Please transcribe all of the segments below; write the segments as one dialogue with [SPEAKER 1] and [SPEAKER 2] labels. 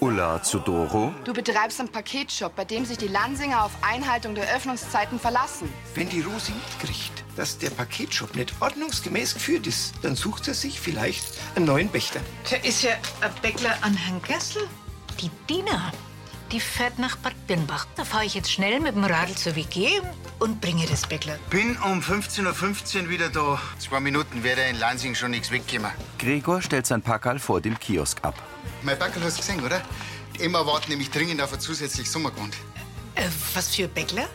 [SPEAKER 1] Ulla zu Doro.
[SPEAKER 2] Du betreibst einen Paketshop, bei dem sich die Lansinger auf Einhaltung der Öffnungszeiten verlassen.
[SPEAKER 3] Wenn die Rosi mitkriegt, dass der Paketshop nicht ordnungsgemäß geführt ist, dann sucht sie sich vielleicht einen neuen Wächter.
[SPEAKER 4] Der ist ja ein Bäckler an Herrn Kessel.
[SPEAKER 5] Die Dina, die fährt nach Bad Birnbach. Da fahre ich jetzt schnell mit dem Radl zur WG und bringe das Bäckler.
[SPEAKER 6] Bin um 15.15 .15 Uhr wieder da. Zwei Minuten wäre in Lansing schon nichts weggekommen.
[SPEAKER 1] Gregor stellt sein Packerl vor dem Kiosk ab.
[SPEAKER 6] Mein Backel hast du gesehen, oder? Die Emma wartet nämlich dringend auf ein zusätzliches Sommergrund.
[SPEAKER 4] Äh, was für ein Bäckler? Äh,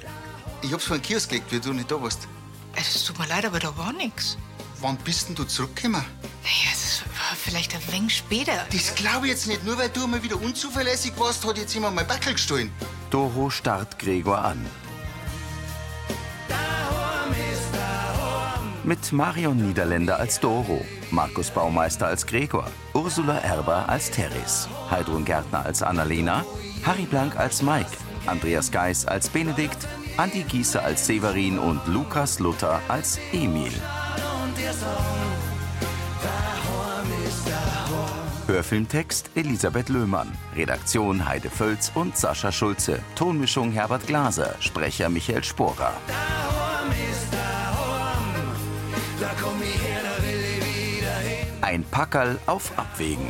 [SPEAKER 6] Ich hab's vor den Kiosk gelegt, wie du nicht da warst.
[SPEAKER 4] Es tut mir leid, aber da war nichts.
[SPEAKER 6] Wann bist denn du zurückgekommen?
[SPEAKER 4] Naja, es war vielleicht ein wenig später.
[SPEAKER 6] Das glaube ich jetzt nicht. Nur weil du mal wieder unzuverlässig warst, hat jetzt jemand mein Backel gestohlen.
[SPEAKER 1] Doro starrt Gregor an. Mit Marion Niederländer als Doro, Markus Baumeister als Gregor, Ursula Erber als Teres, Heidrun Gärtner als Annalena, Harry Blank als Mike, Andreas Geis als Benedikt, Andi Giese als Severin und Lukas Luther als Emil. Hörfilmtext Elisabeth Löhmann, Redaktion Heide Völz und Sascha Schulze, Tonmischung Herbert Glaser, Sprecher Michael Sporer. Ein Packerl auf Abwägen.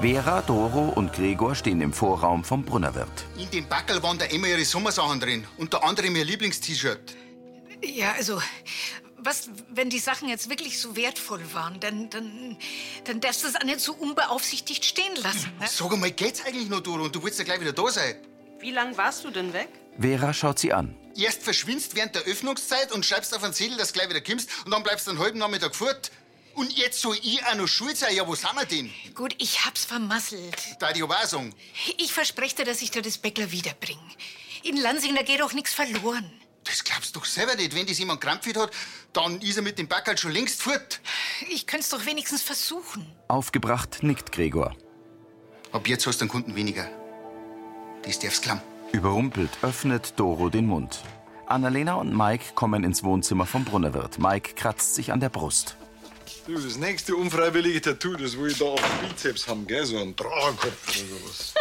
[SPEAKER 1] Vera, Doro und Gregor stehen im Vorraum vom Brunnerwirt.
[SPEAKER 6] In dem Backel waren da immer ihre Sommersachen drin. Unter anderem ihr Lieblingst-T-Shirt.
[SPEAKER 4] Ja, also, was, wenn die Sachen jetzt wirklich so wertvoll waren, dann, dann, dann darfst du es auch nicht so unbeaufsichtigt stehen lassen. Ne?
[SPEAKER 6] Sag mal, geht's eigentlich noch, Doro? Und du willst ja gleich wieder da sein.
[SPEAKER 7] Wie lang warst du denn weg?
[SPEAKER 1] Vera schaut sie an.
[SPEAKER 6] Erst verschwindst während der Öffnungszeit und schreibst auf einen Zettel, dass du gleich wieder kommst. Und dann bleibst du einen halben Nachmittag fort. Und jetzt soll ich auch noch schuld sein. Ja, wo sind wir denn?
[SPEAKER 4] Gut, ich hab's vermasselt.
[SPEAKER 6] Da die Überweisung.
[SPEAKER 4] Ich verspreche dir, dass ich dir das Bäckler wiederbringe. In Lansing, da geht auch nichts verloren.
[SPEAKER 6] Das glaubst du doch selber nicht. Wenn das jemand krampft hat, dann ist er mit dem Backerl schon längst fort.
[SPEAKER 4] Ich könnte es doch wenigstens versuchen.
[SPEAKER 1] Aufgebracht nickt Gregor.
[SPEAKER 6] Ab jetzt hast du einen Kunden weniger. Das darf's klamm.
[SPEAKER 1] Überrumpelt öffnet Doro den Mund. Annalena und Mike kommen ins Wohnzimmer vom Brunnerwirt. Mike kratzt sich an der Brust.
[SPEAKER 8] Du, das nächste unfreiwillige Tattoo, das will ich da auf dem Bizeps haben, gell? So ein Dragenkopf oder sowas.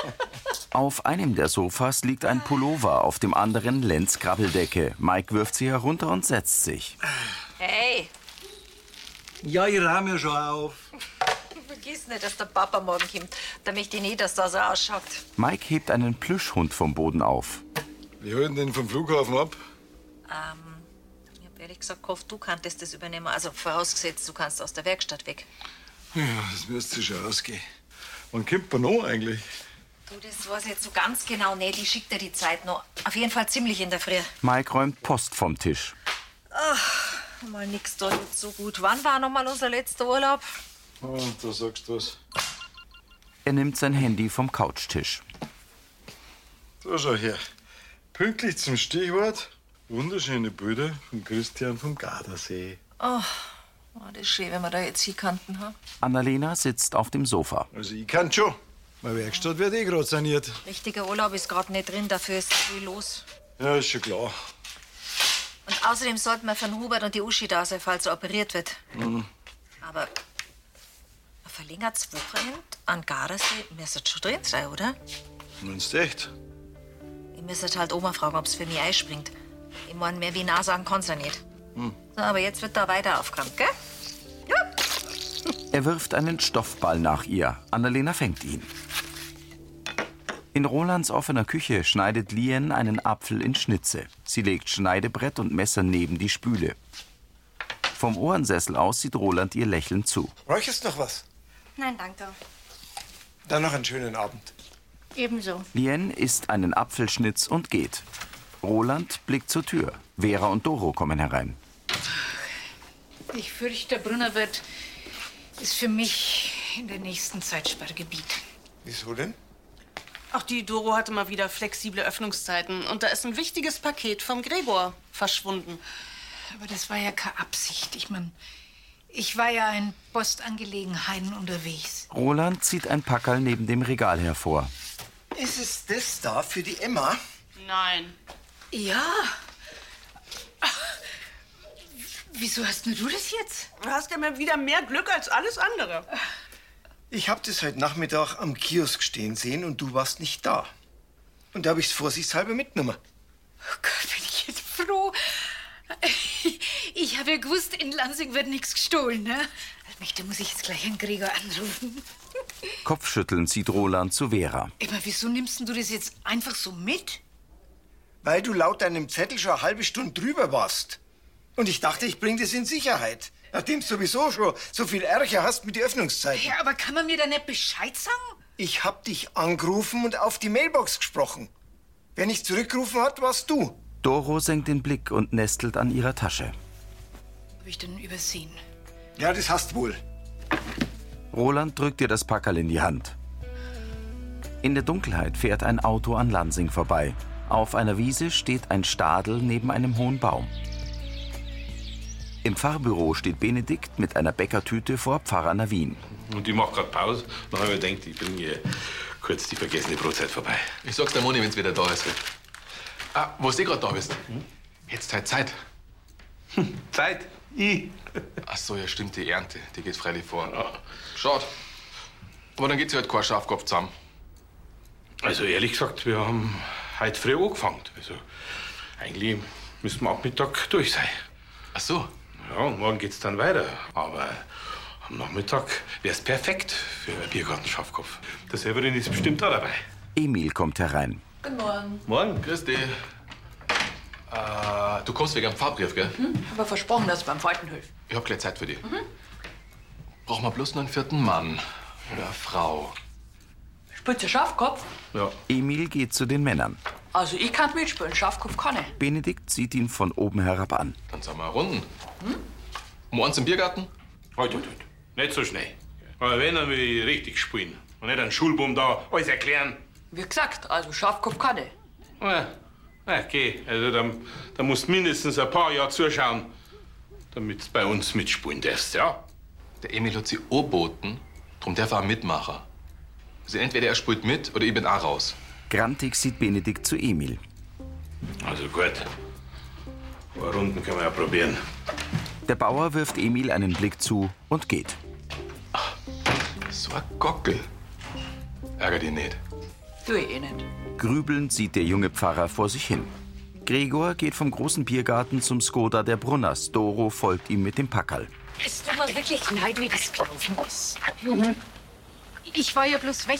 [SPEAKER 1] Auf einem der Sofas liegt ein Pullover, auf dem anderen Lenz Krabbeldecke. Mike wirft sie herunter und setzt sich.
[SPEAKER 9] Hey,
[SPEAKER 10] Ja, ich rahm ja schon auf.
[SPEAKER 9] vergiss nicht, dass der Papa morgen kommt. Da möchte ich nicht, dass das so ausschaut.
[SPEAKER 1] Mike hebt einen Plüschhund vom Boden auf.
[SPEAKER 8] Wir holen den vom Flughafen ab.
[SPEAKER 9] Ähm, ich hab ehrlich gesagt gehofft, du könntest das übernehmen. Also vorausgesetzt, du kannst aus der Werkstatt weg.
[SPEAKER 8] Ja, das müsste schon ausgehen. Wann kommt man noch eigentlich?
[SPEAKER 9] Du, das weiß ich jetzt so ganz genau nicht. Ich schick dir die Zeit noch. Auf jeden Fall ziemlich in der Früh.
[SPEAKER 1] Mike räumt Post vom Tisch.
[SPEAKER 9] Ach, mal nix da nicht so gut. Wann war noch mal unser letzter Urlaub?
[SPEAKER 8] Oh, da sagst du was.
[SPEAKER 1] Er nimmt sein Handy vom Couchtisch.
[SPEAKER 8] So, schau her. Pünktlich zum Stichwort. Wunderschöne Bilder von Christian vom Gardasee.
[SPEAKER 9] Oh, war das schön, wenn wir da jetzt hinkanten haben.
[SPEAKER 1] Annalena sitzt auf dem Sofa.
[SPEAKER 8] Also, ich kann schon. Meine Werkstatt wird eh gerade saniert.
[SPEAKER 9] Richtiger Urlaub ist gerade nicht drin, dafür ist viel los.
[SPEAKER 8] Ja, ist schon klar.
[SPEAKER 9] Und außerdem sollten wir von Hubert und die Uschi da sein, falls er operiert wird.
[SPEAKER 8] Mhm.
[SPEAKER 9] Aber ein verlängertes Wochenende an Gardasee müsste schon drin sein, oder?
[SPEAKER 8] Meinst du echt?
[SPEAKER 9] Ich müsste halt Oma fragen, ob es für mich einspringt. Ich mein, mehr wie nah sagen kann's ja nicht. So, aber jetzt wird da weiter aufgeräumt, gell?
[SPEAKER 1] Er wirft einen Stoffball nach ihr. Annalena fängt ihn. In Rolands offener Küche schneidet Lien einen Apfel in Schnitze. Sie legt Schneidebrett und Messer neben die Spüle. Vom Ohrensessel aus sieht Roland ihr lächelnd zu.
[SPEAKER 11] Räucherst noch was?
[SPEAKER 12] Nein, danke.
[SPEAKER 11] Dann noch einen schönen Abend.
[SPEAKER 12] Ebenso.
[SPEAKER 1] Lien isst einen Apfelschnitz und geht. Roland blickt zur Tür. Vera und Doro kommen herein.
[SPEAKER 4] Ich fürchte, der Brunnerwirt ist für mich in der nächsten Zeit Sperrgebiet.
[SPEAKER 11] Wieso denn?
[SPEAKER 7] Auch die Doro hatte mal wieder flexible Öffnungszeiten. Und da ist ein wichtiges Paket vom Gregor verschwunden.
[SPEAKER 4] Aber das war ja keine Absicht. Ich mein, ich war ja in Postangelegenheiten unterwegs.
[SPEAKER 1] Roland zieht ein Packerl neben dem Regal hervor.
[SPEAKER 3] Ist es das da für die Emma?
[SPEAKER 7] Nein.
[SPEAKER 4] Ja. Wieso hast nur du das jetzt?
[SPEAKER 7] Du hast ja mal wieder mehr Glück als alles andere.
[SPEAKER 3] Ich hab das heute Nachmittag am Kiosk stehen sehen und du warst nicht da. Und da hab ich's vorsichtshalber mitgenommen.
[SPEAKER 4] Jetzt froh. Ich habe ja gewusst, in Lansing wird nichts gestohlen, ne? Mich, da muss ich jetzt gleich an Gregor anrufen.
[SPEAKER 1] Kopfschüttelnd zieht Roland zu Vera.
[SPEAKER 4] Aber wieso nimmst denn du das jetzt einfach so mit?
[SPEAKER 3] Weil du laut deinem Zettel schon eine halbe Stunde drüber warst. Und ich dachte, ich bring das in Sicherheit. Nachdem du sowieso schon so viel Ärger hast mit den Öffnungszeiten.
[SPEAKER 4] Ja, aber kann man mir da nicht Bescheid sagen?
[SPEAKER 3] Ich hab dich angerufen und auf die Mailbox gesprochen. Wer nicht zurückgerufen hat, warst du.
[SPEAKER 1] Doro senkt den Blick und nestelt an ihrer Tasche.
[SPEAKER 4] Habe ich denn übersehen?
[SPEAKER 3] Ja, das hast wohl.
[SPEAKER 1] Roland drückt ihr das Packerl in die Hand. In der Dunkelheit fährt ein Auto an Lansing vorbei. Auf einer Wiese steht ein Stadel neben einem hohen Baum. Im Pfarrbüro steht Benedikt mit einer Bäckertüte vor Pfarrer Navin.
[SPEAKER 13] Und ich mach grad Pause. Dann habe ich mir gedacht, ich bringe kurz die vergessene Brotzeit vorbei.
[SPEAKER 14] Ich sag's der Moni, wenn's wieder da ist. Ah, wo du eh grad da bist. Jetzt halt Zeit. Hm, Zeit? Ich. Ach so, ja, stimmt, die Ernte. Die geht freilich vor. Schade. Aber dann geht's ja halt kein Schafkopf zusammen.
[SPEAKER 13] Also ehrlich gesagt, wir haben heute früh angefangen. Also eigentlich müssen wir ab Mittag durch sein.
[SPEAKER 14] Ach so.
[SPEAKER 13] Ja, und morgen geht's dann weiter. Aber am Nachmittag wär's perfekt für einen Biergartenschafkopf. Der Severin ist bestimmt auch dabei.
[SPEAKER 1] Emil kommt herein.
[SPEAKER 15] Guten
[SPEAKER 16] Ähm,
[SPEAKER 15] Morgen.
[SPEAKER 13] Morgen.
[SPEAKER 14] Grüß dich. Äh, du kommst wegen einem Fahrbrief, gell?
[SPEAKER 15] Hm? Aber versprochen, dass ich beim Falten hilf.
[SPEAKER 14] Ich hab gleich Zeit für dich. Brauchen wir bloß noch einen vierten Mann. Oder eine Frau.
[SPEAKER 15] Spitze Schafkopf?
[SPEAKER 1] Emil geht zu den Männern.
[SPEAKER 15] Also ich kann mitspielen, Schafkopf kann ich.
[SPEAKER 1] Benedikt sieht ihn von oben herab an.
[SPEAKER 14] Dann sind wir Runden. Um eins im Biergarten?
[SPEAKER 13] Heute, heute. Halt, Nicht so schnell. Aber wenn, dann will ich richtig spielen. Und nicht einen Schulbum da alles erklären.
[SPEAKER 15] Wie gesagt, also Schafkopf kann ich.
[SPEAKER 13] Na, na, geh. Also, dann, dann musst mindestens ein paar Jahre zuschauen, damit's bei uns mitspielen darfst, ja?
[SPEAKER 14] Der Emil hat sie Oboten, drum darf er auch mitmachen. Also entweder er spielt mit oder ich bin auch raus.
[SPEAKER 1] Grantig sieht Benedikt zu Emil.
[SPEAKER 13] Also gut. Ein paar Runden können wir ja probieren.
[SPEAKER 1] Der Bauer wirft Emil einen Blick zu und geht.
[SPEAKER 14] So ein Gockel. Ärger dich nicht.
[SPEAKER 15] Tu ich eh nicht.
[SPEAKER 1] Grübelnd sieht der junge Pfarrer vor sich hin. Gregor geht vom großen Biergarten zum Skoda der Brunners. Doro folgt ihm mit dem Packerl.
[SPEAKER 4] Es tut mir wirklich leid, wie das gelaufen ist. Ich war ja bloß weg,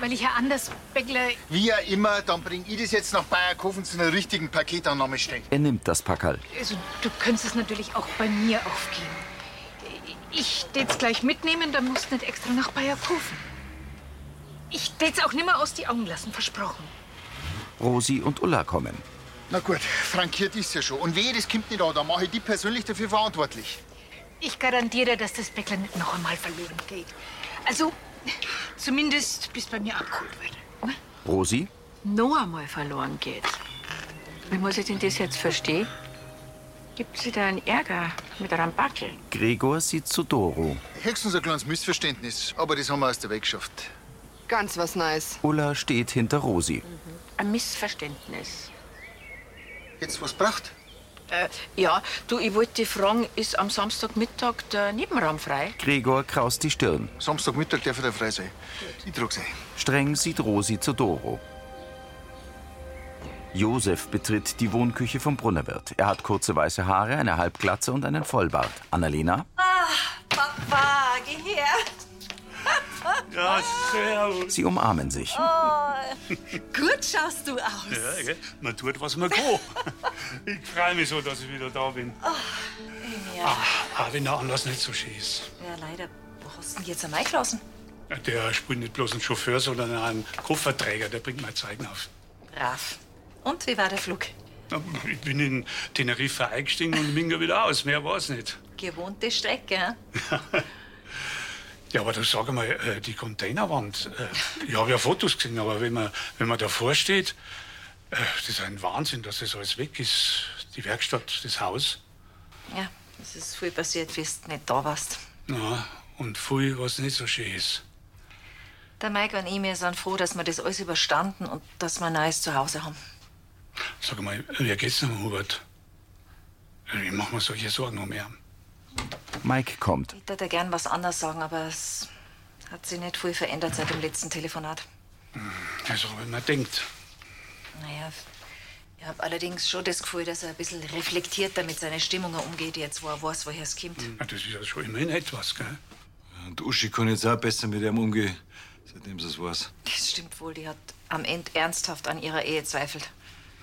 [SPEAKER 4] weil ich ja anders Beckler.
[SPEAKER 6] Wie auch immer, dann bring ich das jetzt nach Bayerkofen zu einer richtigen Paketannahmestelle.
[SPEAKER 1] Er nimmt das Packerl.
[SPEAKER 4] Also, du könntest es natürlich auch bei mir aufgeben. Ich tät's gleich mitnehmen, dann musst du nicht extra nach Bayerkofen. Ich tät's auch nimmer aus die Augen lassen, versprochen.
[SPEAKER 1] Rosi und Ulla kommen.
[SPEAKER 6] Na gut, frankiert ist ja schon. Und wehe, das kommt nicht an, dann mache ich die persönlich dafür verantwortlich.
[SPEAKER 4] Ich garantiere, dass das Bäckler nicht noch einmal verloren geht. Also, zumindest bis bei mir abgeholt wird.
[SPEAKER 1] Rosi,
[SPEAKER 15] Noch einmal verloren geht. Wie muss ich denn das jetzt verstehen? Gibt sie da einen Ärger mit einem Backel?
[SPEAKER 1] Gregor sieht zu Doro.
[SPEAKER 6] Höchstens ein kleines Missverständnis, aber das haben wir aus der Weg geschafft.
[SPEAKER 2] Ganz was Neues.
[SPEAKER 1] Ulla steht hinter Rosi.
[SPEAKER 15] Ein Missverständnis.
[SPEAKER 6] Jetzt was braucht?
[SPEAKER 15] Äh, ja, du, ich wollte dich fragen, ist am Samstagmittag der Nebenraum frei?
[SPEAKER 1] Gregor kraust die Stirn.
[SPEAKER 6] Samstagmittag darf er frei sein. Ich trage sein.
[SPEAKER 1] Streng sieht Rosi zu Doro. Josef betritt die Wohnküche vom Brunnerwirt. Er hat kurze weiße Haare, eine Halbglatze und einen Vollbart. Annalena,
[SPEAKER 9] Ah, Papa, geh her.
[SPEAKER 1] Ja, sie umarmen sich.
[SPEAKER 9] Oh, gut schaust du aus.
[SPEAKER 17] Ja, gell? Man tut, was man kann. ich freue mich so, dass ich wieder da bin.
[SPEAKER 9] Ja.
[SPEAKER 17] Ah, wenn der Anlass nicht so schön ist.
[SPEAKER 9] ja, leider. Wo hast du denn jetzt am Eiklausen?
[SPEAKER 17] Der spielt nicht bloß einen Chauffeur, sondern auch einen Kofferträger. Der bringt mein Zeigen auf.
[SPEAKER 9] Brav. Und wie war der Flug?
[SPEAKER 17] Ich bin in Teneriffa eingestiegen und bin ja wieder aus. Mehr war's nicht.
[SPEAKER 9] Gewohnte Strecke, hä?
[SPEAKER 17] Ja, aber du sag mal, äh, die Containerwand. äh, Ich habe ja Fotos gesehen, aber wenn man, wenn man davor steht, äh, das ist ein Wahnsinn, dass das alles weg ist. Die Werkstatt, das Haus.
[SPEAKER 9] Ja, es ist viel passiert, wie du nicht da warst.
[SPEAKER 17] Ja, und viel, was nicht so schön ist.
[SPEAKER 9] Der Mike und ich, wir sind froh, dass wir das alles überstanden und dass wir ein neues Zuhause haben.
[SPEAKER 17] Sag mal, wie geht's denn, Hubert? Ich mach mir solche Sorgen um ihn.
[SPEAKER 1] Mike kommt.
[SPEAKER 9] Ich würde gern was anderes sagen, aber es Hat sich nicht viel verändert seit dem letzten Telefonat.
[SPEAKER 17] Also, wenn man denkt.
[SPEAKER 9] Naja, ich habe allerdings schon das Gefühl, dass er ein bisschen reflektierter mit seinen Stimmungen umgeht, jetzt wo er weiß, woher es kommt.
[SPEAKER 17] Na, Das ist ja schon immerhin etwas, gell?
[SPEAKER 8] Und Uschi kann jetzt auch besser mit ihm umgehen, seitdem sie es weiß.
[SPEAKER 9] Das stimmt wohl, die hat am Ende ernsthaft an ihrer Ehe zweifelt.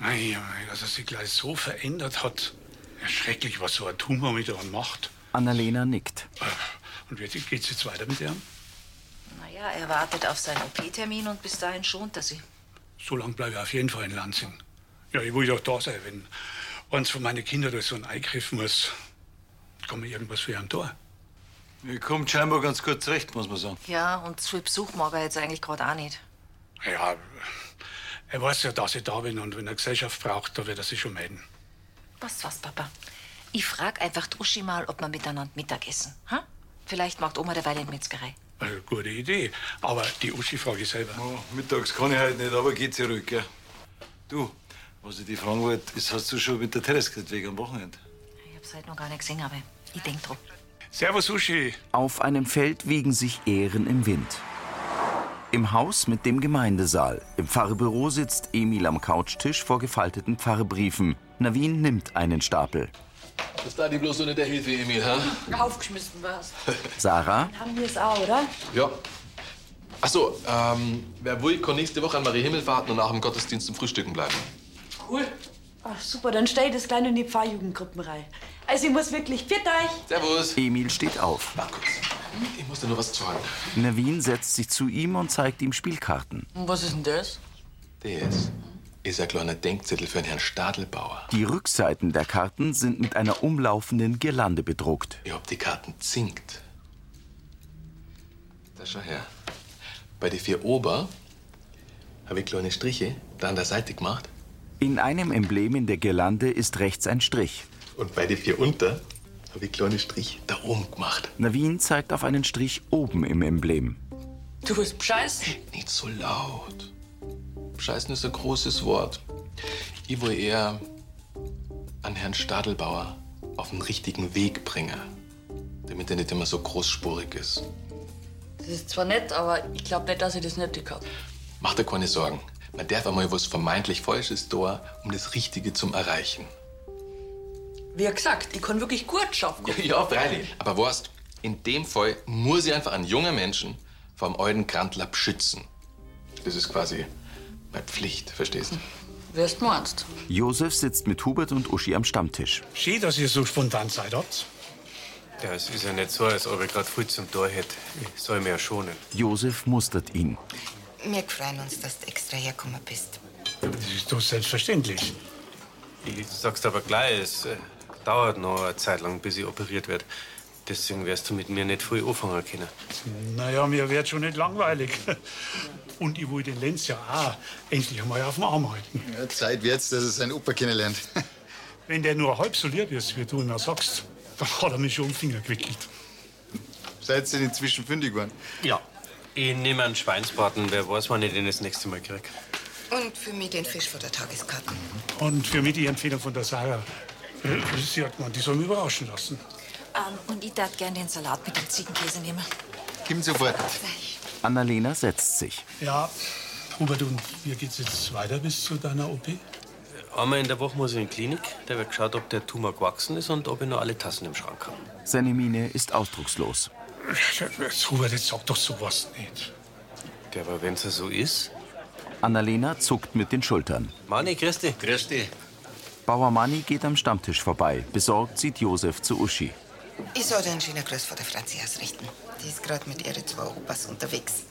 [SPEAKER 17] Ei, ei, dass er sich gleich so verändert hat. Ja, schrecklich, was so ein Tumor mit einem macht.
[SPEAKER 1] Annalena nickt.
[SPEAKER 17] Und wie geht's jetzt weiter mit ihm?
[SPEAKER 9] Naja, er wartet auf seinen OP-Termin und bis dahin schont er sie.
[SPEAKER 17] So lange bleibe ich auf jeden Fall in Lansing. Ja, ich will doch da sein, wenn eins von meinen Kindern durch so ein Ei greifen muss. Kann man irgendwas für ihn da?
[SPEAKER 8] Er kommt scheinbar ganz gut zurecht, muss man sagen.
[SPEAKER 9] Ja, und zu viel Besuch mag er jetzt eigentlich gerade auch nicht.
[SPEAKER 17] Ja, er weiß ja, dass ich da bin und wenn er Gesellschaft braucht, da wird er sich schon melden.
[SPEAKER 9] Was, was, Papa? Ich frag einfach Druschi mal, ob wir miteinander Mittag essen. Ha? Vielleicht macht Oma derweil in die Metzgerei.
[SPEAKER 17] Also, gute Idee. Aber die Uschi frage ich selber.
[SPEAKER 8] mittags kann ich halt nicht, aber geht's ja ruhig, gell? Du, was ich dich fragen wollte, ist, hast du schon mit der Teres geredet wegen am Wochenende?
[SPEAKER 9] Ich hab's halt noch gar nicht gesehen, aber ich denk drum.
[SPEAKER 17] Servus, Uschi.
[SPEAKER 1] Auf einem Feld wiegen sich Ähren im Wind. Im Haus mit dem Gemeindesaal. Im Pfarrbüro sitzt Emil am Couchtisch vor gefalteten Pfarrbriefen. Navin nimmt einen Stapel.
[SPEAKER 14] Das da die bloß so nicht der Hilfe, Emil, ha?
[SPEAKER 18] Aufgeschmissen warst.
[SPEAKER 1] Sarah?
[SPEAKER 18] Dann haben wir es auch, oder?
[SPEAKER 14] Ja. Achso, ähm, wer will, kann nächste Woche an Marie Himmelfahrt und nach dem Gottesdienst zum Frühstücken bleiben.
[SPEAKER 18] Cool. Ach, super, dann stell ich das gleich noch in die Pfarrjugendgruppen rein. Also, ich muss wirklich. Pfiat euch!
[SPEAKER 14] Servus.
[SPEAKER 1] Emil steht auf.
[SPEAKER 14] Ich muss dir nur was zeigen.
[SPEAKER 1] Navin setzt sich zu ihm und zeigt ihm Spielkarten.
[SPEAKER 18] Was ist denn das?
[SPEAKER 14] Das ist ein kleiner Denkzettel für den Herrn Stadelbauer.
[SPEAKER 1] Die Rückseiten der Karten sind mit einer umlaufenden Girlande bedruckt.
[SPEAKER 14] Ich hab die Karten zinkt. Da schau her. Bei den vier Ober habe ich kleine Striche da an der Seite gemacht.
[SPEAKER 1] In einem Emblem in der Girlande ist rechts ein Strich.
[SPEAKER 14] Und bei den vier Unter habe ich kleine Striche da oben gemacht.
[SPEAKER 1] Navin zeigt auf einen Strich oben im Emblem.
[SPEAKER 14] Du bist bescheißen? Nicht so laut. Bescheißen ist ein großes Wort. Ich will eher an Herrn Stadelbauer auf den richtigen Weg bringen, damit er nicht immer so großspurig ist.
[SPEAKER 18] Das ist zwar nett, aber ich glaube nicht, dass ich das nötig habe.
[SPEAKER 14] Mach dir keine Sorgen. Man darf einmal was vermeintlich Falsches tun, um das Richtige zum Erreichen.
[SPEAKER 18] Wie gesagt, ich kann wirklich gut schaffen.
[SPEAKER 14] Ja, freilich. Aber weißt, in dem Fall muss ich einfach einen jungen Menschen vom alten Grandler schützen. Das ist quasi meine Pflicht, verstehst du?
[SPEAKER 18] Wer ist meinst?
[SPEAKER 1] Josef sitzt mit Hubert und Uschi am Stammtisch.
[SPEAKER 17] Schön, dass ihr so spontan seid, habt.
[SPEAKER 19] Ja, es ist ja nicht so, als ob ich gerade viel zum Tor hätte. Ich soll mich ja schonen.
[SPEAKER 1] Josef mustert ihn.
[SPEAKER 2] Wir freuen uns, dass du extra hergekommen bist.
[SPEAKER 17] Das ist doch selbstverständlich.
[SPEAKER 19] Ich sag's aber gleich, es äh, dauert noch eine Zeit lang, bis ich operiert werde. Deswegen wirst du mit mir nicht früh anfangen können.
[SPEAKER 17] Naja, mir wird schon nicht langweilig. Und ich will den Lenz ja auch endlich einmal auf dem Arm halten.
[SPEAKER 6] Ja, Zeit wird's, dass er seinen Opa kennenlernt.
[SPEAKER 17] Wenn der nur halb so lieb ist, wie du immer sagst, dann hat er mich schon um den Finger gewickelt.
[SPEAKER 6] Seid ihr inzwischen fündig geworden?
[SPEAKER 19] Ja. Ich nehme einen Schweinsbraten. Wer weiß, wann ich den das nächste Mal krieg.
[SPEAKER 2] Und für mich den Fisch von der Tageskarte.
[SPEAKER 17] Und für mich die Empfehlung von der Sarah. Äh, Sie hat man, die soll mich überraschen lassen.
[SPEAKER 9] Ähm, und ich darf gern den Salat mit dem Ziegenkäse nehmen.
[SPEAKER 6] Kim sofort.
[SPEAKER 1] Annalena setzt sich.
[SPEAKER 17] Ja, Hubert, und wie geht's jetzt weiter bis zu deiner OP?
[SPEAKER 19] Einmal in der Woche muss ich in die Klinik. Da wird geschaut, ob der Tumor gewachsen ist und ob ich noch alle Tassen im Schrank habe.
[SPEAKER 1] Seine Miene ist ausdruckslos.
[SPEAKER 17] Hubert, jetzt sag doch sowas nicht.
[SPEAKER 19] Ja, aber wenn's ja so ist.
[SPEAKER 1] Annalena zuckt mit den Schultern.
[SPEAKER 19] Mani, grüß dich. Grüß dich.
[SPEAKER 1] Bauer Manni geht am Stammtisch vorbei. Besorgt sieht Josef zu Uschi.
[SPEAKER 2] Ich soll dir einen schönen Gruß von der Franzi ausrichten. Die ist gerade mit ihren zwei Opas unterwegs.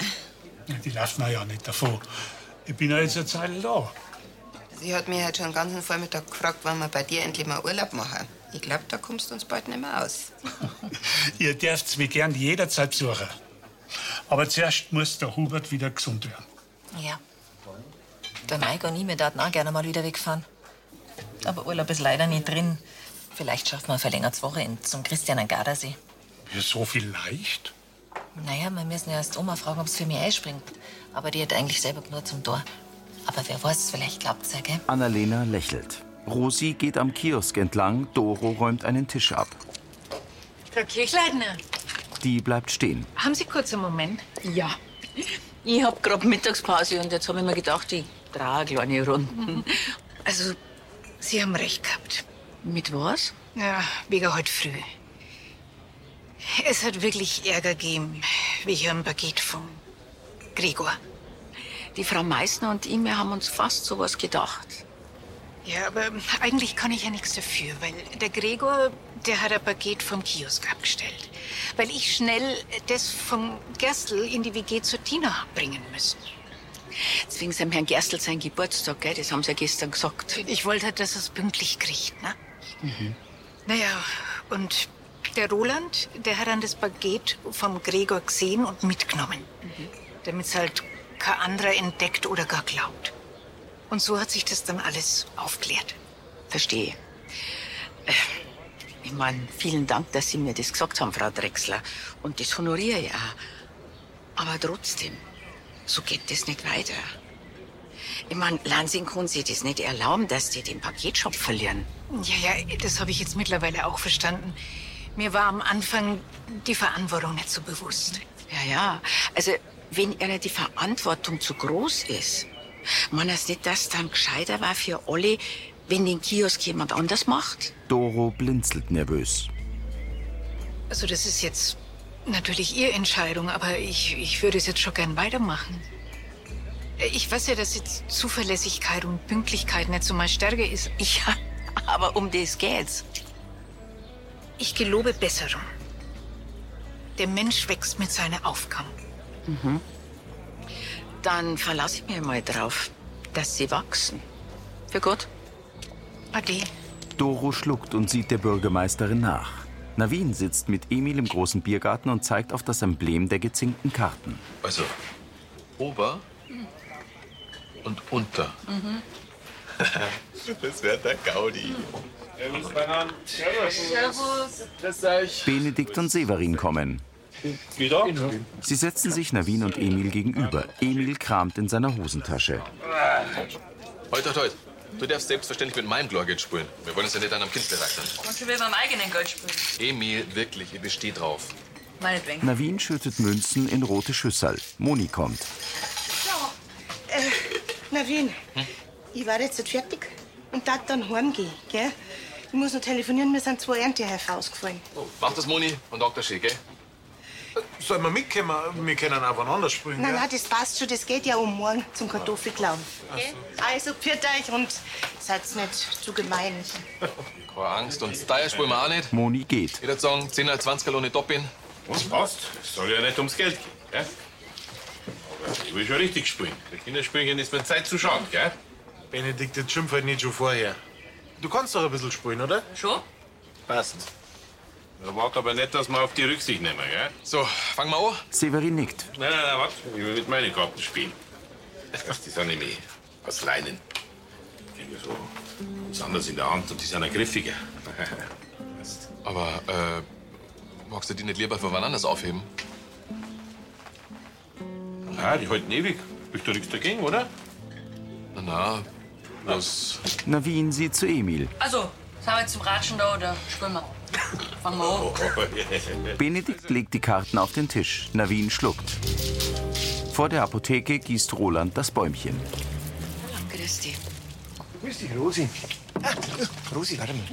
[SPEAKER 17] Die lassen wir ja nicht davon. Ich bin ja jetzt eine Zeit da.
[SPEAKER 2] Sie hat mir heute schon den ganzen Vormittag gefragt, wann wir bei dir endlich mal Urlaub machen. Ich glaube, da kommst du uns bald nicht mehr aus.
[SPEAKER 17] Ihr dürft mich gern jederzeit besuchen. Aber zuerst muss der Hubert wieder gesund werden.
[SPEAKER 9] Ja. Der Mike und ich, wir würden auch gerne mal wieder wegfahren. Aber Urlaub ist leider nicht drin. Vielleicht schaffen wir ein verlängertes Wochenende zum Christian an Gardasee.
[SPEAKER 17] Ja, so viel leicht?
[SPEAKER 9] Naja, wir müssen erst Oma fragen, ob es für mich einspringt. Aber die hat eigentlich selber nur zum Tor. Aber wer weiß, vielleicht glaubt's ja, gell?
[SPEAKER 1] Annalena lächelt. Rosi geht am Kiosk entlang. Doro räumt einen Tisch ab.
[SPEAKER 4] Frau Kirchleitner,
[SPEAKER 1] Die bleibt stehen.
[SPEAKER 4] Haben Sie kurz einen Moment? Ja. Ich habe gerade Mittagspause und jetzt habe ich mir gedacht, ich drehe eine kleine Runden. Also, Sie haben recht gehabt. Mit was? Ja, wegen heute früh. Es hat wirklich Ärger gegeben wegen einem Paket von Gregor.
[SPEAKER 15] Die Frau Meißner und ich, wir haben uns fast sowas gedacht.
[SPEAKER 4] Ja, aber eigentlich kann ich ja nichts dafür, weil der Gregor, der hat ein Paket vom Kiosk abgestellt. Weil ich schnell das vom Gerstl in die WG zur Tina hab bringen müssen.
[SPEAKER 15] Jetzt wegen seinem Herrn Gerstl sein Geburtstag, gell? das haben sie ja gestern gesagt.
[SPEAKER 4] Ich wollte halt, dass er es pünktlich kriegt, ne?
[SPEAKER 15] Mhm.
[SPEAKER 4] Naja, und der Roland, der hat dann das Paket vom Gregor gesehen und mitgenommen. Damit es halt kein anderer entdeckt oder gar glaubt. Und so hat sich das dann alles aufklärt.
[SPEAKER 15] Verstehe. Äh, Ich meine, vielen Dank, dass Sie mir das gesagt haben, Frau Drechsler. Und das honoriere ich auch. Aber trotzdem, so geht das nicht weiter. Ich meine, Lansing kann sich das nicht erlauben, dass die den Paketshop verlieren.
[SPEAKER 4] Ja, ja, das habe ich jetzt mittlerweile auch verstanden. Mir war am Anfang die Verantwortung nicht so bewusst.
[SPEAKER 15] Ja, ja. Also, wenn einer die Verantwortung zu groß ist, man es nicht, dass dann gescheiter war für alle, wenn den Kiosk jemand anders macht?
[SPEAKER 1] Doro blinzelt nervös.
[SPEAKER 4] Also das ist jetzt natürlich Ihre Entscheidung, aber ich, ich würde es jetzt schon gern weitermachen. Ich weiß ja, dass jetzt Zuverlässigkeit und Pünktlichkeit nicht so meine Stärke ist. Ja, aber um das geht's. Ich gelobe Besserung. Der Mensch wächst mit seiner Aufgaben.
[SPEAKER 15] Mhm. Dann verlasse ich mich mal drauf, dass Sie wachsen. Für Gott.
[SPEAKER 4] Ade.
[SPEAKER 1] Doro schluckt und sieht der Bürgermeisterin nach. Navin sitzt mit Emil im großen Biergarten und zeigt auf das Emblem der gezinkten Karten.
[SPEAKER 14] Also, Ober und Unter.
[SPEAKER 13] Mhm.
[SPEAKER 14] das wäre der Gaudi.
[SPEAKER 13] Servus, mein Herr.
[SPEAKER 10] Servus.
[SPEAKER 13] Grüß euch.
[SPEAKER 1] Benedikt und Severin kommen.
[SPEAKER 13] Wieder?
[SPEAKER 1] Sie setzen sich Navin und Emil gegenüber. Emil kramt in seiner Hosentasche.
[SPEAKER 14] Heute, heute, heute. Du darfst selbstverständlich mit meinem Glorgeld spielen. Wir wollen es ja nicht an einem Kind bereichern.
[SPEAKER 10] Und schon wieder beim eigenen Gold spielen.
[SPEAKER 14] Emil, wirklich, ich bestehe drauf.
[SPEAKER 10] Meinetwegen.
[SPEAKER 1] Navin schüttet Münzen in rote Schüssel. Moni kommt.
[SPEAKER 7] Äh, Navin, ich war jetzt fertig und darf dann heimgehen, gell? Ich muss noch telefonieren, mir sind zwei Erntehelfer ausgefallen.
[SPEAKER 14] Oh, mach das, Moni, und Dr. Schick, gell?
[SPEAKER 8] Sollen wir mitkommen? Wir können auch voneinander springen.
[SPEAKER 7] Nein, nein, das passt schon, das geht ja um morgen zum Kartoffelklauen. gell? Also, pfiat euch und seid nicht zu gemein.
[SPEAKER 14] Keine Angst, und Style spielen wir auch nicht.
[SPEAKER 1] Moni geht.
[SPEAKER 14] Jeder sagen, 10 oder 20 ohne Doppeln.
[SPEAKER 13] Was passt? Es soll ja nicht ums Geld gehen, gell? Aber ich will schon richtig spielen. Die Kinder spielen ja nicht mehr Zeit zu schauen, gell?
[SPEAKER 8] Benedikt, jetzt schimpf halt nicht schon vorher. Du kannst doch ein bisschen spielen, oder?
[SPEAKER 10] Schon?
[SPEAKER 13] Passt. Da wart aber nicht, dass wir auf die Rücksicht nehmen, gell? So, fangen wir an.
[SPEAKER 1] Severin nickt.
[SPEAKER 13] Nein, nein, nein, warte. Ich will mit meinen Karten spielen. Ach, die sind nämlich aus Leinen. Die kriegen so was anderes in der Hand und Also, die sind ja griffiger.
[SPEAKER 14] Aber, äh, magst du die nicht lieber für wann anders aufheben?
[SPEAKER 13] Ja, die halten ewig. Ist da nichts dagegen, oder?
[SPEAKER 14] Na, na, bloß...
[SPEAKER 1] Navin sieht zu Emil.
[SPEAKER 10] Also, sind wir jetzt zum Ratschen da oder spielen wir? Fangen wir
[SPEAKER 13] Oh,
[SPEAKER 10] an.
[SPEAKER 1] Benedikt legt die Karten auf den Tisch. Navin schluckt. Vor der Apotheke gießt Roland das Bäumchen.
[SPEAKER 15] Grüß dich.
[SPEAKER 3] Grüß dich, Rosi. Ah, Rosi, warte mal.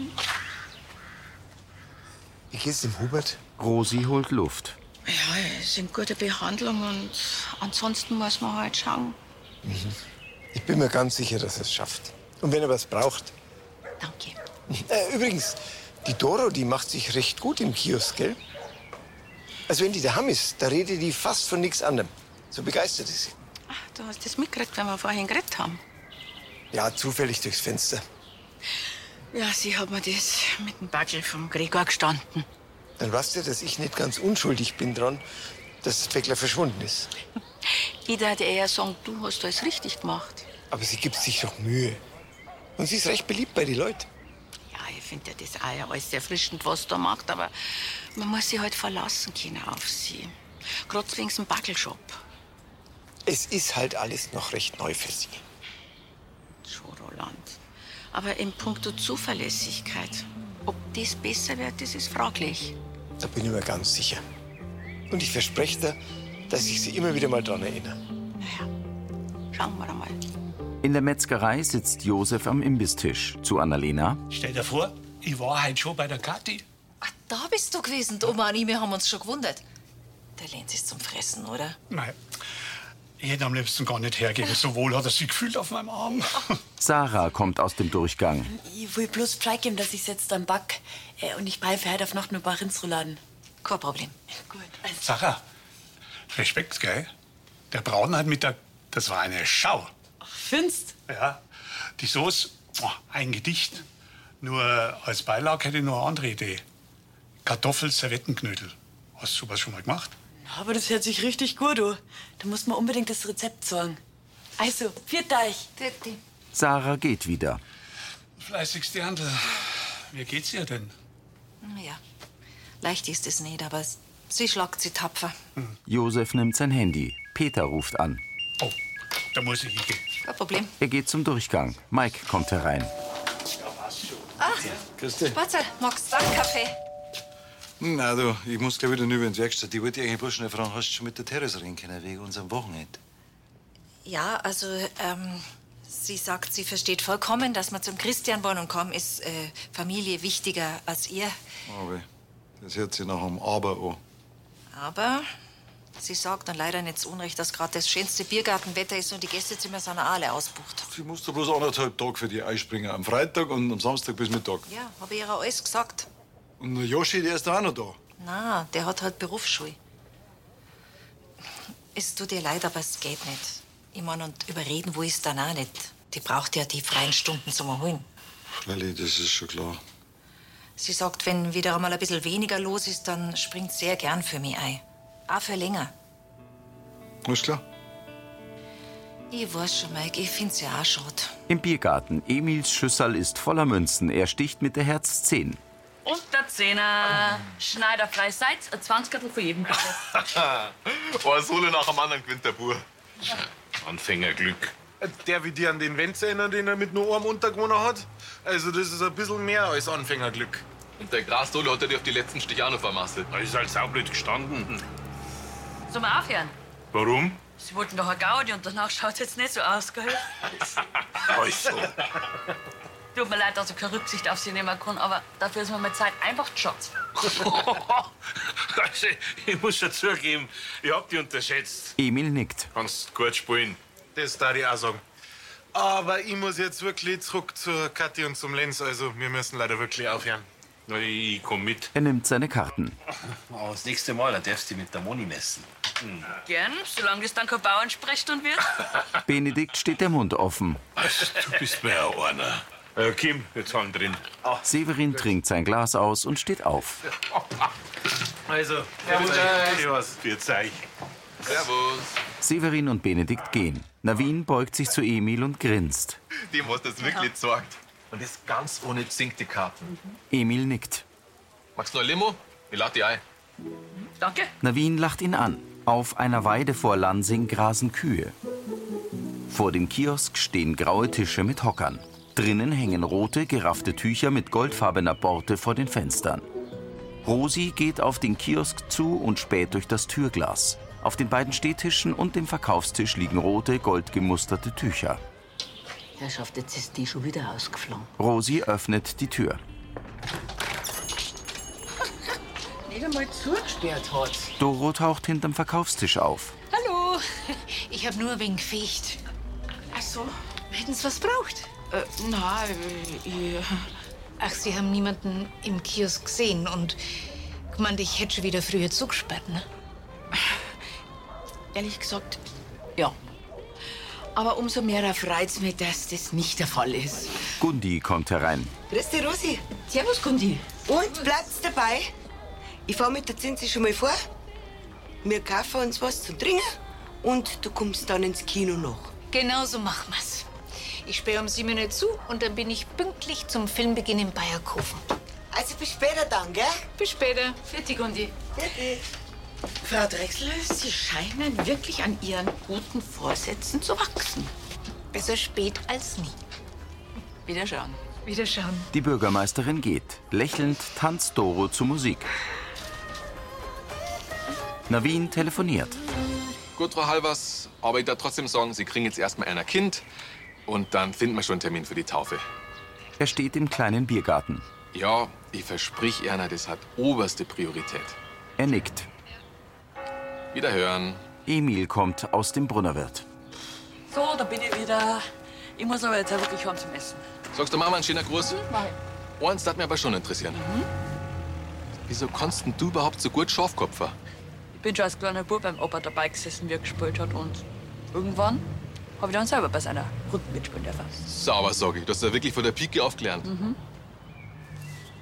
[SPEAKER 3] Wie geht's dem Hubert?
[SPEAKER 1] Rosi holt Luft.
[SPEAKER 15] Ja, es sind gute Behandlung und ansonsten muss man halt schauen.
[SPEAKER 3] Mhm. Ich bin mir ganz sicher, dass er es schafft. Und wenn er was braucht. Danke. Äh, übrigens, die Doro, die macht sich recht gut im Kiosk, gell? Also wenn die daheim ist, da redet die fast von nichts anderem. So begeistert ist sie.
[SPEAKER 15] Du hast das mitgekriegt, wenn wir vorhin geredet haben.
[SPEAKER 3] Ja, zufällig durchs Fenster.
[SPEAKER 15] Ja, sie hat mir das mit dem Bagel vom Gregor gestanden.
[SPEAKER 3] Dann weißt du, dass ich nicht ganz unschuldig bin dran, dass das Päckler verschwunden ist.
[SPEAKER 15] Jeder hätte eher sagen, du hast alles richtig gemacht.
[SPEAKER 3] Aber sie gibt sich doch Mühe. Und sie ist recht beliebt bei den Leuten.
[SPEAKER 15] Ja, ich finde ja das auch ja alles erfrischend, was da macht, aber man muss sich halt verlassen können auf sie. Gerade wegen dem Backelshop.
[SPEAKER 3] Es ist halt alles noch recht neu für sie.
[SPEAKER 15] Schon, Roland. Aber in puncto Zuverlässigkeit, ob das besser wird, das ist fraglich.
[SPEAKER 3] Da bin ich mir ganz sicher. Und ich verspreche dir, dass ich sie immer wieder mal dran erinnere.
[SPEAKER 15] Schauen wir mal.
[SPEAKER 1] In der Metzgerei sitzt Josef am Imbistisch. Zu Annalena.
[SPEAKER 20] Stell dir vor, ich war heute schon bei der Kathi.
[SPEAKER 9] Da bist du gewesen, die Oma und ich, wir haben uns schon gewundert. Der Lenz ist zum Fressen, oder?
[SPEAKER 17] Nein. Ich hätte am liebsten gar nicht hergeben. So wohl hat er sich gefühlt auf meinem Arm.
[SPEAKER 1] Sarah kommt aus dem Durchgang.
[SPEAKER 21] Ich will bloß Bescheid geben, dass ich jetzt dann back. Äh, und ich brei für heute auf Nacht nur ein paar Rindsrouladen.
[SPEAKER 9] Kein Problem.
[SPEAKER 17] Sarah, Respekt, gell? Der Braun hat mit der. Das war eine Schau.
[SPEAKER 21] Findest?
[SPEAKER 17] Ja. Die Soße, oh, ein Gedicht. Nur als Beilage hätte ich noch eine andere Idee: Kartoffel-Servettenknödel. Hast du sowas schon mal gemacht?
[SPEAKER 21] Aber das hört sich richtig gut an. Da muss man unbedingt das Rezept sagen. Also, viert euch.
[SPEAKER 1] Sarah geht wieder.
[SPEAKER 17] Fleißigste Handel. Wie geht's ihr denn?
[SPEAKER 9] Naja, Hm, leicht ist es nicht, aber s- sie schlagt sie tapfer.
[SPEAKER 1] Josef nimmt sein Handy. Peter ruft an.
[SPEAKER 17] Oh, da muss ich hingehen.
[SPEAKER 9] Kein Problem.
[SPEAKER 1] Er geht zum Durchgang. Mike kommt herein.
[SPEAKER 9] Ah,
[SPEAKER 8] Grüß dich.
[SPEAKER 9] Spatzer, magst du einen Kaffee?
[SPEAKER 8] Hm, Na du, ich muss gleich wieder rüber in die Werkstatt. Ich wollte dich eigentlich bloß schnell fragen, hast du schon mit der Therese reden können wegen unserem Wochenende?
[SPEAKER 9] Ja, also, ähm, sie sagt, sie versteht vollkommen, dass man zum Christian wollen und kommen ist äh, Familie wichtiger als ihr.
[SPEAKER 8] Aber das hört sich nach einem Aber an.
[SPEAKER 9] Aber sie sagt dann leider nicht zu Unrecht, dass gerade das schönste Biergartenwetter ist und die Gästezimmer sind auch alle ausbucht.
[SPEAKER 8] Sie musst du bloß anderthalb Tage für die einspringen. Am Freitag und am Samstag bis Mittag.
[SPEAKER 9] Ja, habe ich ihr auch alles gesagt.
[SPEAKER 8] Und der Joschi, der ist da auch noch da.
[SPEAKER 9] Na, der hat halt Berufsschule. Es tut ihr leid, aber es geht nicht. Ich meine, und überreden wo ist dann auch nicht. Die braucht ja die freien Stunden zum Erholen.
[SPEAKER 8] Lilly, das ist schon klar.
[SPEAKER 9] Sie sagt, wenn wieder einmal ein bisschen weniger los ist, dann springt sehr gern für mich ein. Auch für länger.
[SPEAKER 8] Alles klar.
[SPEAKER 9] Ich weiß schon, Mike, ich find's ja auch schade.
[SPEAKER 1] Im Biergarten. Emils Schüssel ist voller Münzen. Er sticht mit der Herz 10.
[SPEAKER 10] Und der Zehner. Schneiderfrei seid, ein Zwanzigertel für jeden bitte.
[SPEAKER 14] Boah, Oh, so nach dem anderen gewinnt der Bur.
[SPEAKER 13] Anfängerglück.
[SPEAKER 19] Der, wie die an den Wenz erinnern, den er mit nur einem untergewonnen hat. Also, das ist ein bisschen mehr als Anfängerglück.
[SPEAKER 14] Und der Grasdole hat er dir auf die letzten Stich auch noch vermasselt.
[SPEAKER 13] Da ist halt saublöd gestanden.
[SPEAKER 10] Sollen wir aufhören?
[SPEAKER 13] Warum?
[SPEAKER 10] Sie wollten doch eine Gaudi und danach schaut jetzt nicht so aus, gell?
[SPEAKER 13] Also.
[SPEAKER 10] Tut mir leid, dass ich keine Rücksicht auf Sie nehmen kann, aber dafür ist mir mit Zeit einfach geschockt.
[SPEAKER 13] Also, ich muss schon zugeben, ich hab die unterschätzt.
[SPEAKER 1] Emil nickt.
[SPEAKER 13] Kannst gut spielen.
[SPEAKER 19] Das darf ich auch sagen. Aber ich muss jetzt wirklich zurück zur Kathi und zum Lenz. Also, wir müssen leider wirklich aufhören.
[SPEAKER 13] Ich komm mit.
[SPEAKER 1] Er nimmt seine Karten.
[SPEAKER 22] Aber das nächste Mal, da darfst du dich mit der Moni messen. Hm.
[SPEAKER 10] Gern, solange das dann kein Bauernsprechstunde wird.
[SPEAKER 1] Benedikt steht der Mund offen.
[SPEAKER 13] Du bist mir auch einer. Äh, Kim, jetzt haben drin.
[SPEAKER 22] Ah.
[SPEAKER 1] Severin trinkt sein Glas aus und steht auf.
[SPEAKER 19] Also,
[SPEAKER 13] Servus.
[SPEAKER 19] Servus.
[SPEAKER 14] Servus.
[SPEAKER 1] Severin und Benedikt gehen. Navin beugt sich zu Emil und grinst.
[SPEAKER 14] Dem hast du es wirklich gezeigt. Und das ganz ohne zinkte Karten.
[SPEAKER 1] Emil nickt.
[SPEAKER 14] Magst du noch ein Limo? Ich lade dich ein.
[SPEAKER 10] Danke.
[SPEAKER 1] Navin lacht ihn an. Auf einer Weide vor Lansing grasen Kühe. Vor dem Kiosk stehen graue Tische mit Hockern. Drinnen hängen rote, geraffte Tücher mit goldfarbener Borte vor den Fenstern. Rosi geht auf den Kiosk zu und späht durch das Türglas. Auf den beiden Stehtischen und dem Verkaufstisch liegen rote, goldgemusterte Tücher.
[SPEAKER 23] Herrschaft, jetzt ist die schon wieder ausgeflogen.
[SPEAKER 1] Rosi öffnet die Tür.
[SPEAKER 23] Nicht einmal zugesperrt hat.
[SPEAKER 1] Doro taucht hinterm Verkaufstisch auf.
[SPEAKER 4] Hallo, ich habe nur wegen gefecht. Ach so, hätten Sie was braucht? Äh, na, äh, Ach, Sie haben niemanden im Kiosk gesehen und gemeint, ich hätte schon wieder früher zugesperrt, ne?
[SPEAKER 23] Ehrlich gesagt, ja. Aber umso mehr freut's mich, dass das nicht der Fall ist.
[SPEAKER 1] Gundi kommt herein.
[SPEAKER 23] Grüß dich, Rosi. Servus, Kundi.
[SPEAKER 7] Und bleibt's dabei? Ich fahr mit der Zinsi schon mal vor. Wir kaufen uns was zum Trinken und du kommst dann ins Kino noch.
[SPEAKER 4] Genau so machen wir's. Ich sperre um sieben nicht zu und dann bin ich pünktlich zum Filmbeginn in Bayerkofen.
[SPEAKER 7] Also bis später dann, gell?
[SPEAKER 4] Bis später. Fertig, Gundi.
[SPEAKER 23] Frau Drechsler, Sie scheinen wirklich an Ihren guten Vorsätzen zu wachsen.
[SPEAKER 4] Besser spät als nie.
[SPEAKER 23] Wiederschauen.
[SPEAKER 4] Wiederschauen.
[SPEAKER 1] Die Bürgermeisterin geht. Lächelnd tanzt Doro zu Musik. Navin telefoniert.
[SPEAKER 14] Gut, Frau Halvers, aber ich darf trotzdem sagen, Sie kriegen jetzt erstmal ein Kind und dann finden wir schon einen Termin für die Taufe.
[SPEAKER 1] Er steht im kleinen Biergarten.
[SPEAKER 14] Ja, ich versprich Erna, das hat oberste Priorität.
[SPEAKER 1] Er nickt.
[SPEAKER 14] Wiederhören.
[SPEAKER 1] Emil kommt aus dem Brunnerwirt.
[SPEAKER 16] So, da bin ich wieder. Ich muss aber jetzt auch wirklich heim zum Essen.
[SPEAKER 14] Sagst du Mama einen schönen Gruß?
[SPEAKER 16] Nein. Mhm.
[SPEAKER 14] Eins hat mich aber schon interessieren. Wieso kannst denn du überhaupt so gut Schafkopfer?
[SPEAKER 16] Ich bin schon als kleiner Bub beim Opa dabei gesessen, wie er gespielt hat. Und irgendwann habe ich dann selber bei seiner Runden mitspielen dürfen.
[SPEAKER 14] Sauber, sag ich. Du hast ja wirklich von der Pike aufgelernt.
[SPEAKER 16] Mhm.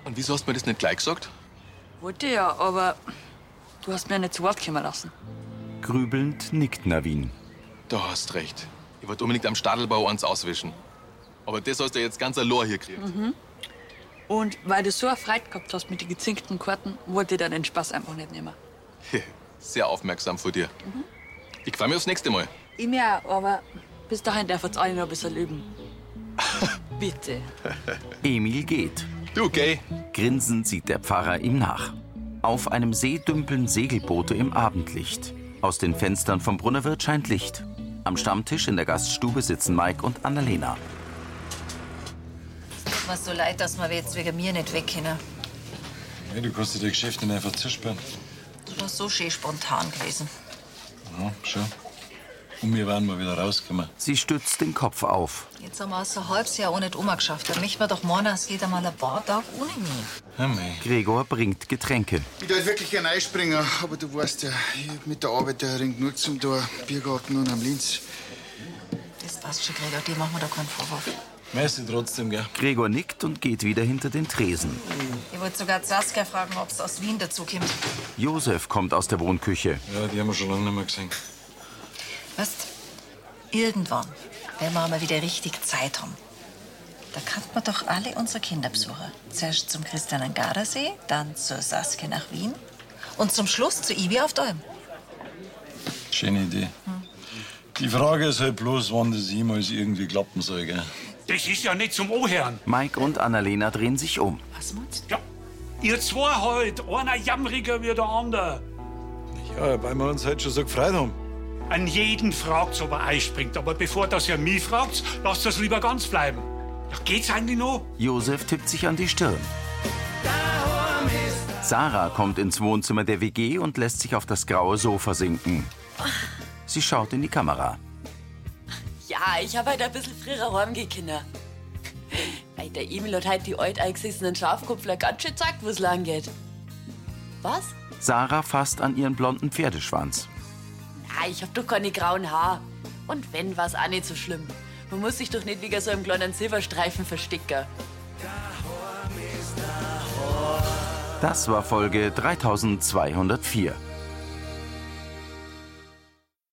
[SPEAKER 14] Und wieso hast du mir das nicht gleich gesagt?
[SPEAKER 16] Wollte ja, aber du hast mir nicht zu Wort kommen lassen.
[SPEAKER 1] Grübelnd nickt Navin.
[SPEAKER 14] Du hast recht. Ich wollte unbedingt am Stadelbau ans auswischen. Aber das hast du jetzt ganz allein hier gekriegt.
[SPEAKER 16] Mhm. Und weil du so erfreut gehabt hast mit den gezinkten Karten, wollte ich dir den Spaß einfach nicht nehmen.
[SPEAKER 14] Sehr aufmerksam von dir.
[SPEAKER 16] Mhm.
[SPEAKER 14] Ich freue mich aufs nächste Mal.
[SPEAKER 16] Ich mir auch, aber bis dahin darf jetzt alle noch ein bisschen üben. Bitte.
[SPEAKER 1] Emil geht.
[SPEAKER 14] Du, gay.
[SPEAKER 1] Grinsend sieht der Pfarrer ihm nach. Auf einem See dümpeln Segelboote im Abendlicht. Aus den Fenstern vom Brunnerwirt scheint Licht. Am Stammtisch in der Gaststube sitzen Mike und Annalena.
[SPEAKER 9] Tut mir so leid, dass wir jetzt wegen mir nicht weg können.
[SPEAKER 8] Ja, du kannst dir das Geschäft nicht einfach zusperren.
[SPEAKER 9] Du warst so schön spontan gewesen.
[SPEAKER 8] Ja, schon. Und wir waren mal wieder rausgekommen.
[SPEAKER 1] Sie stützt den Kopf auf.
[SPEAKER 9] Jetzt haben wir es ein halbes Jahr ohne Oma geschafft. Dann möchten wir doch meinen, es geht einmal ein paar Tage ohne mich.
[SPEAKER 1] Gregor bringt Getränke.
[SPEAKER 6] Ich darf wirklich gerne einspringen, aber du weißt ja, ich hab mit der Arbeit der Ring nur zum Tor, Biergarten und am Linz.
[SPEAKER 9] Das passt schon, Gregor. Die machen wir da keinen Vorwurf.
[SPEAKER 8] Merci trotzdem, gell? Mhm.
[SPEAKER 1] Gregor nickt und geht wieder hinter den Tresen.
[SPEAKER 9] Ich wollte sogar Saskia fragen, ob es aus Wien dazukommt.
[SPEAKER 1] Josef kommt aus der Wohnküche.
[SPEAKER 8] Ja, die haben wir schon lange nicht mehr gesehen.
[SPEAKER 9] Weißt, irgendwann, wenn wir mal wieder richtig Zeit haben, da kann man doch alle unsere Kinder besuchen. Zuerst zum Christian an Gardasee, dann zur Saskia nach Wien und zum Schluss zu Ibi auf Däum.
[SPEAKER 8] Schöne Idee. Die Frage ist halt bloß, wann das jemals irgendwie klappen soll, gell?
[SPEAKER 20] Das ist ja nicht zum Ohren.
[SPEAKER 1] Mike und Annalena drehen sich um.
[SPEAKER 20] Was meinst du? Ja, ihr zwei halt. Einer jammriger wie der andere.
[SPEAKER 8] Ja, weil wir uns heute schon so gefreut haben.
[SPEAKER 20] An jeden fragt's, ob er einspringt. Aber bevor das ihr mich fragt, lasst das lieber ganz bleiben. Ja, geht's eigentlich noch?
[SPEAKER 1] Josef tippt sich an die Stirn. Sarah kommt ins Wohnzimmer der WG und lässt sich auf das graue Sofa sinken. Sie schaut in die Kamera.
[SPEAKER 21] Ja, ich habe heute ein bisschen früher heimgehen können. Weil der Emil hat heute die alt eingesessenen Schafkupfler ganz schön zeigt, wo es lang geht. Was?
[SPEAKER 1] Sarah fasst an ihren blonden Pferdeschwanz.
[SPEAKER 21] Na, ich hab doch keine grauen Haare. Und wenn, war's auch nicht so schlimm. Man muss sich doch nicht wegen so einem kleinen Silberstreifen verstecken.
[SPEAKER 1] Das war Folge 3204.